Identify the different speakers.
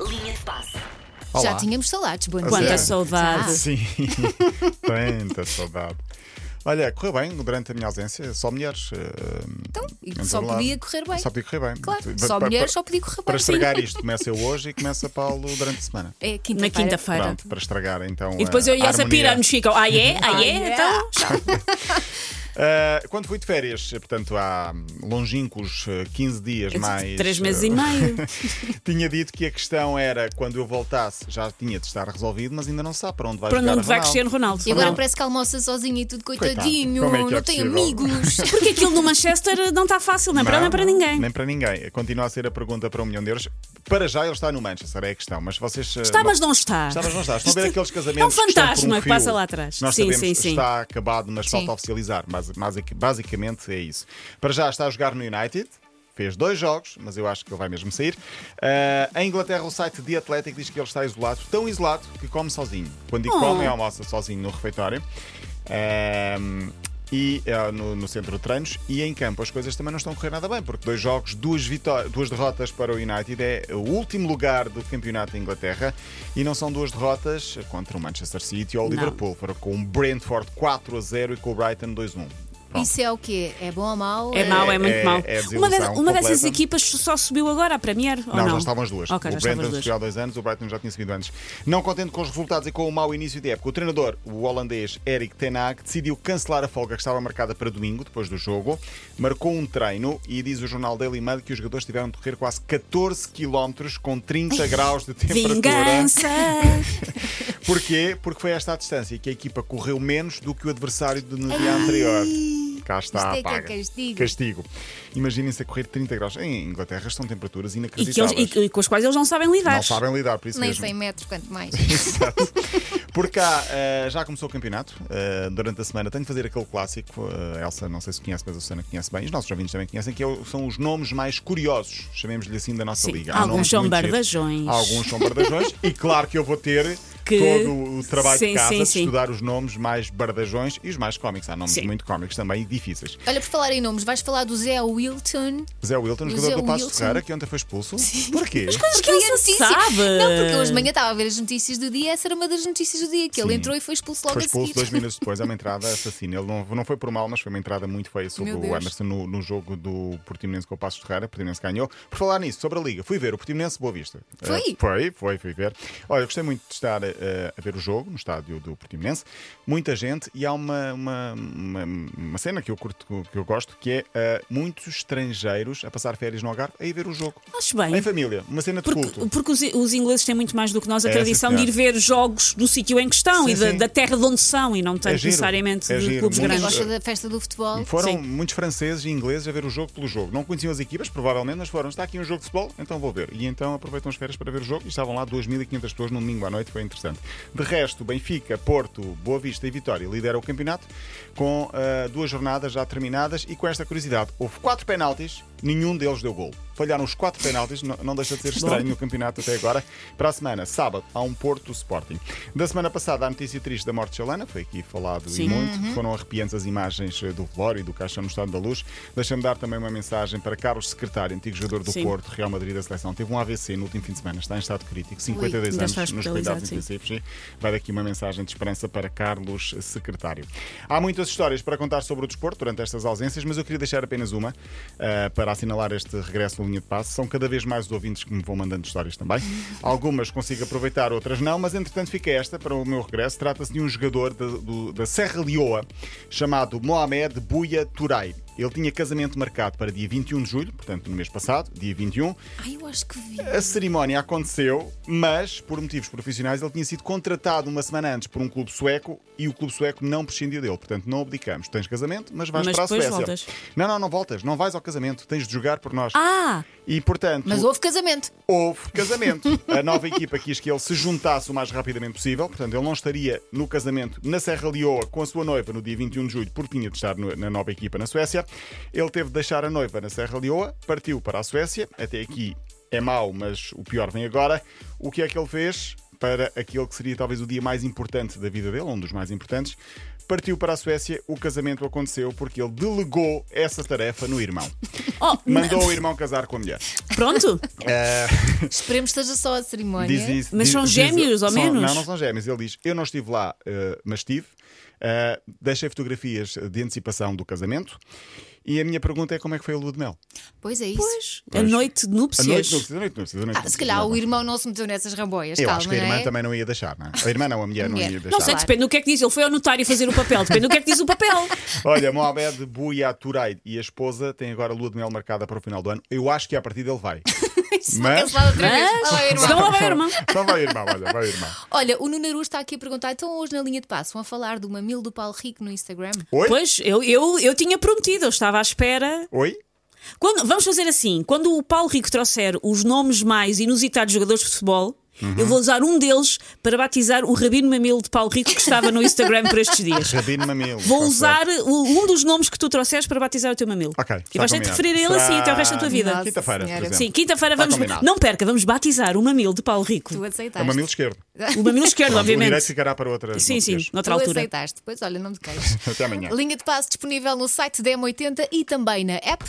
Speaker 1: Linha de passe.
Speaker 2: Já
Speaker 3: Olá.
Speaker 2: tínhamos saudades, bom
Speaker 3: Quanta
Speaker 2: dia.
Speaker 4: saudade.
Speaker 2: Já.
Speaker 3: Sim, tanta saudade. Olha, correu bem durante a minha ausência, só mulheres. eh,
Speaker 2: Então, e
Speaker 3: em
Speaker 2: só
Speaker 3: todo
Speaker 2: podia
Speaker 3: lado.
Speaker 2: correr bem.
Speaker 3: Só podia correr bem.
Speaker 2: Claro,
Speaker 3: Pa-
Speaker 2: só
Speaker 3: pa-
Speaker 2: mulheres
Speaker 3: pa-
Speaker 2: só podia correr bem.
Speaker 3: Para estragar isto, começa eu hoje e começa Paulo durante a semana.
Speaker 2: É quinta
Speaker 4: Na quinta-feira.
Speaker 3: Pronto, para estragar então.
Speaker 4: E depois
Speaker 3: a
Speaker 4: eu e essa
Speaker 3: harmonia.
Speaker 4: piramos ficam. Ah, é? Ah,
Speaker 2: Ah, é?
Speaker 4: é? Então.
Speaker 3: Eh, quando fui de férias, eh, portanto, há longínquos eh, 15 dias mais.
Speaker 4: Três meses
Speaker 3: eh,
Speaker 4: e meio.
Speaker 3: Tinha dito que a questão era quando eu voltasse, já tinha de estar resolvido, mas ainda não se sabe para onde vai
Speaker 4: Para
Speaker 3: jogar
Speaker 4: onde é vai
Speaker 3: Ronaldo.
Speaker 4: crescer Ronaldo?
Speaker 2: E agora
Speaker 4: Ronaldo.
Speaker 2: parece que almoça sozinho e tudo,
Speaker 3: Coitado,
Speaker 2: coitadinho.
Speaker 3: como é que é
Speaker 2: não tem
Speaker 3: possível?
Speaker 2: amigos.
Speaker 4: Porque aquilo no Manchester não está fácil, não é para ele, nem para ninguém.
Speaker 3: Nem para ninguém. Continua a ser a pergunta para um milhão de euros. Para já ele está no Manchester, é a questão. Mas vocês. eh,
Speaker 4: Está,
Speaker 3: não-
Speaker 4: mas não está.
Speaker 3: Está, mas não está. Estão a ver aqueles casamentos.
Speaker 4: É um
Speaker 3: que estão por
Speaker 4: fantasma
Speaker 3: um
Speaker 4: que
Speaker 3: fio.
Speaker 4: passa lá atrás.
Speaker 3: Nós
Speaker 4: Sim,
Speaker 3: sabemos
Speaker 4: sim,
Speaker 3: que
Speaker 4: sim.
Speaker 3: está acabado, mas
Speaker 2: Sim.
Speaker 3: falta oficializar. Mas, basic- basicamente é isso. Para já está a jogar no United. Fez dois jogos, mas eu acho que ele vai mesmo sair. Ah, em Inglaterra, o site The Athletic diz que ele está isolado, tão isolado que come sozinho. Quando digo
Speaker 4: Oh.
Speaker 3: come, é almoça sozinho no refeitório. Ah, e ah, no, no centro de treinos e em campo as coisas também não estão a correr nada bem, porque dois jogos, duas, vitó- duas derrotas para o United é o último lugar do campeonato da Inglaterra e não são duas derrotas contra o Manchester City ou o
Speaker 4: Não.
Speaker 3: Liverpool, foram com o Brentford 4 a 0 e com o Brighton 2 a 1. Pronto.
Speaker 2: Isso é o quê? É bom ou mau?
Speaker 4: É mau, é muito
Speaker 3: é-
Speaker 4: mau.
Speaker 3: é desilusão
Speaker 4: uma, dessas- uma dessas
Speaker 3: completa.
Speaker 4: equipas só subiu agora à Premier? ou
Speaker 3: Não,
Speaker 4: não,
Speaker 3: já estavam as duas.
Speaker 4: Ok, já
Speaker 3: o
Speaker 4: estavam
Speaker 3: Brandon
Speaker 4: as duas.
Speaker 3: subiu há dois anos, o Brighton já tinha subido antes. Não contente com os resultados e com o mau início de época, o treinador, o holandês Eric Ten Hag, decidiu cancelar a folga que estava marcada para domingo, depois do jogo, marcou um treino e diz o jornal Daily Mail que os jogadores tiveram de correr quase 14 quilómetros com 30 graus de temperatura.
Speaker 4: Vingança!
Speaker 3: Porquê? Porque foi esta a distância que a equipa correu menos do que o adversário do no dia anterior. Cá está,
Speaker 2: Isto é que é
Speaker 3: paga.
Speaker 2: castigo.
Speaker 3: Castigo. Imaginem-se a correr 30 graus. Em Inglaterra estão temperaturas
Speaker 4: e, que eles-
Speaker 3: inacreditáveis.
Speaker 4: e- e com os quais eles não sabem lidar.
Speaker 3: Não sabem lidar, por isso
Speaker 2: Nem
Speaker 3: mesmo.
Speaker 2: 100 metros, quanto mais.
Speaker 3: Exato. Por cá, eh, já começou o campeonato. eh, durante a semana tenho de fazer aquele clássico. eh, Elsa, não sei se conhece, mas a Susana conhece bem. Os nossos jovens também conhecem, que é o- são os nomes mais curiosos, chamemos-lhe assim, da nossa
Speaker 4: Sim.
Speaker 3: liga. Há nomes
Speaker 4: Alguns são
Speaker 3: muito giros.
Speaker 4: bardajões.
Speaker 3: Alguns são bardajões. e claro que eu vou ter
Speaker 4: Que-
Speaker 3: todo o trabalho de
Speaker 4: Sim,
Speaker 3: casa
Speaker 4: sim,
Speaker 3: de
Speaker 4: sim.
Speaker 3: estudar os nomes mais bardajões e os mais cómicos. Há nomes
Speaker 4: Sim.
Speaker 3: muito cómicos também e difíceis.
Speaker 2: Olha, por falar em nomes, vais falar do Zé Wilton.
Speaker 3: Zé Wilton,
Speaker 2: O
Speaker 3: jogador
Speaker 2: Zé
Speaker 3: do Passo
Speaker 2: Wilton.
Speaker 3: Ferreira, que ontem foi expulso. Porquê?
Speaker 4: Mas que ele se sabe.
Speaker 2: Não, porque hoje de manhã estava a ver as notícias do dia, essa era uma das notícias do dia, que ele entrou e foi expulso logo
Speaker 3: Foi expulso
Speaker 2: a
Speaker 3: dois
Speaker 2: seguir.
Speaker 3: minutos depois, é uma entrada assassina. Ele não, não foi por mal, mas foi uma entrada muito feia sobre
Speaker 2: Meu
Speaker 3: o
Speaker 2: Deus.
Speaker 3: Anderson no, no jogo do Portimonense com o Passos de Ferreira. O Portimonense ganhou. Por falar nisso, sobre a Liga, fui ver o Portimonense Boa Vista.
Speaker 2: Foi?
Speaker 3: Eh, foi, foi, fui ver. Olha, eu gostei muito de estar eh, a ver o jogo no estádio do Portimonense. Muita gente e há uma, uma, uma, uma cena que eu, curto, que eu gosto que é eh, muitos estrangeiros a passar férias no Algarve a ir ver o jogo.
Speaker 4: Acho bem.
Speaker 3: Em família, uma cena de
Speaker 4: Porque,
Speaker 3: culto.
Speaker 4: porque os, os ingleses têm muito mais do que nós a
Speaker 3: É,
Speaker 4: tradição
Speaker 3: sim,
Speaker 4: de ir ver jogos do sítio em questão
Speaker 3: Sim,
Speaker 4: e da,
Speaker 3: sim.
Speaker 4: da terra de onde são e não tanto
Speaker 3: giro,
Speaker 4: necessariamente
Speaker 3: é
Speaker 4: de
Speaker 3: giro,
Speaker 4: clubes
Speaker 3: muito.
Speaker 2: Quem
Speaker 4: grandes.
Speaker 2: gosta da festa do futebol?
Speaker 3: Foram
Speaker 4: Sim.
Speaker 3: muitos franceses e ingleses a ver o jogo pelo jogo. Não conheciam as equipas, provavelmente, mas foram. Está aqui um jogo de futebol, então vou ver. E então aproveitam as férias para ver o jogo e estavam lá 2.500 pessoas no domingo à noite, foi interessante. De resto, Benfica, Porto, Boa Vista e Vitória lideram o campeonato com ah, duas jornadas já terminadas e com esta curiosidade. Houve quatro penaltis, nenhum deles deu gol. Falharam os quatro penaltis, não, não deixa de ser estranho no campeonato até agora. Para a semana, sábado, há um Porto Sporting. Da semana passada, a notícia triste da morte de Shalana, foi aqui falado e
Speaker 4: Sim. Uhum.
Speaker 3: muito. Foram arrepiantes as imagens eh, do velório e do caixão no Estado da Luz. Deixa-me dar também uma mensagem para Carlos Secretário, antigo jogador do
Speaker 4: Sim.
Speaker 3: Porto, Real Madrid da seleção. Teve um AVC no último fim de semana, está em estado crítico, 52
Speaker 4: ainda está
Speaker 3: anos nos cuidados
Speaker 4: hospitalizado, sim.
Speaker 3: intensivos. sim. Vai daqui uma mensagem de esperança para Carlos Secretário. Há muitas histórias para contar sobre o desporto durante estas ausências, mas eu queria deixar apenas uma eh, para assinalar este regresso à linha de passe. São cada vez mais os ouvintes que me vão mandando histórias também. Algumas consigo aproveitar, outras não, mas entretanto fica esta para o meu regresso. Trata-se de um jogador da, do- da Serra Leoa chamado Mohamed Buia Turay. Ele tinha casamento marcado para dia 21 de julho, portanto no mês passado, dia 21,
Speaker 2: Ai, eu acho que vi.
Speaker 3: a cerimónia aconteceu, mas por motivos profissionais ele tinha sido contratado uma semana antes por um clube sueco e o clube sueco não prescindiu dele. Portanto, não abdicamos. Tens casamento, mas vais
Speaker 4: Mas
Speaker 3: para a
Speaker 4: depois
Speaker 3: Suécia.
Speaker 4: voltas.
Speaker 3: Não, não, não voltas. Não vais ao casamento. Tens de jogar por nós.
Speaker 4: Ah!
Speaker 3: E portanto,
Speaker 2: Mas houve casamento.
Speaker 3: houve casamento. A nova equipa quis que ele se juntasse o mais rapidamente possível. Portanto, ele não estaria no casamento na Serra Leoa com a sua noiva no dia 21 de julho, porque tinha de estar no- na nova equipa na Suécia. Ele teve de deixar a noiva na Serra Leoa, partiu para a Suécia. Até aqui é mau, mas o pior vem agora. O que é que ele fez para aquele que seria talvez o dia mais importante da vida dele, um dos mais importantes? partiu para a Suécia, o casamento aconteceu porque ele delegou essa tarefa no irmão.
Speaker 4: Oh,
Speaker 3: Mandou o irmão casar com a mulher.
Speaker 4: Pronto.
Speaker 2: Esperemos que esteja só a cerimónia.
Speaker 3: Diz isso,
Speaker 4: Mas
Speaker 3: diz-
Speaker 4: são
Speaker 3: diz-
Speaker 4: gêmeos, ao
Speaker 3: são-
Speaker 4: menos?
Speaker 3: Não, não são gêmeos. Ele diz: Eu não estive lá, eh, mas estive. Eh, deixei fotografias de antecipação do casamento. E a minha pergunta é: como é que foi a lua de mel?
Speaker 2: Pois é isso.
Speaker 4: Pois. A noite de
Speaker 3: A noite, não
Speaker 4: núpcias.
Speaker 3: precisa, a noite, não precisa, a noite
Speaker 2: Ah,
Speaker 3: não
Speaker 2: se
Speaker 3: precisa,
Speaker 2: calhar
Speaker 3: não.
Speaker 2: o irmão não se meteu nessas ramboias,
Speaker 3: Eu
Speaker 2: calma,
Speaker 3: acho que a
Speaker 2: não
Speaker 3: irmã
Speaker 2: é?
Speaker 3: também não ia deixar, não é? A irmã não, a mulher, não
Speaker 2: Mulher.
Speaker 3: ia deixar.
Speaker 4: Não sei,
Speaker 2: Claro.
Speaker 4: depende do que é que diz. Ele foi ao notário fazer o papel. Depende do que é que diz o papel.
Speaker 3: Olha, Mohamed Bouya Touré e a esposa têm agora a lua de mel marcada para o final do ano. Eu acho que à partida ele vai. Mas.
Speaker 2: Cancelado outra vez.
Speaker 4: Mas-
Speaker 2: Lá vai o irmão.
Speaker 4: Então lá vai a irmã.
Speaker 3: Então vai, irmão, olha, vai, irmão.
Speaker 2: Olha, o Nunaru está aqui a perguntar: então hoje na linha de passo vão falar do mamilo do Paulo Rico no Instagram?
Speaker 3: Oi?
Speaker 4: Pois, eu, eu, eu tinha prometido, eu estava à espera.
Speaker 3: Oi?
Speaker 4: Quando- vamos fazer assim: quando o Paulo Rico trouxer os nomes mais inusitados de jogadores de futebol,
Speaker 3: Uhum.
Speaker 4: eu vou usar um deles para batizar o Rabino Mamilo de Paulo Rico que estava no Instagram por estes dias.
Speaker 3: Rabino Mamilo.
Speaker 4: Vou
Speaker 3: Tá
Speaker 4: usar o- um dos nomes que tu trouxeres para batizar o teu mamilo.
Speaker 3: Ok,
Speaker 4: E
Speaker 3: está
Speaker 4: vais ter de
Speaker 3: combinado.
Speaker 4: te referir a ele assim
Speaker 3: Será
Speaker 4: até o resto da tua vida.
Speaker 2: Nossa
Speaker 3: Quinta-feira, por
Speaker 2: Senhora.
Speaker 3: exemplo.
Speaker 4: Sim, quinta-feira
Speaker 3: Está
Speaker 4: vamos.
Speaker 3: combinado.
Speaker 4: Não perca, vamos batizar o mamilo de Paulo Rico.
Speaker 2: Tu
Speaker 3: É o
Speaker 2: aceitaste.
Speaker 3: mamilo esquerdo.
Speaker 4: O mamilo esquerdo,
Speaker 3: O direito
Speaker 4: obviamente.
Speaker 3: ficará para outra.
Speaker 4: Sim, sim,
Speaker 3: notícias.
Speaker 4: noutra
Speaker 2: Tu
Speaker 4: altura.
Speaker 2: aceitaste. Pois olha, não me queixes.
Speaker 3: Até amanhã.
Speaker 2: Linha de passo disponível no site da M80 e também na app.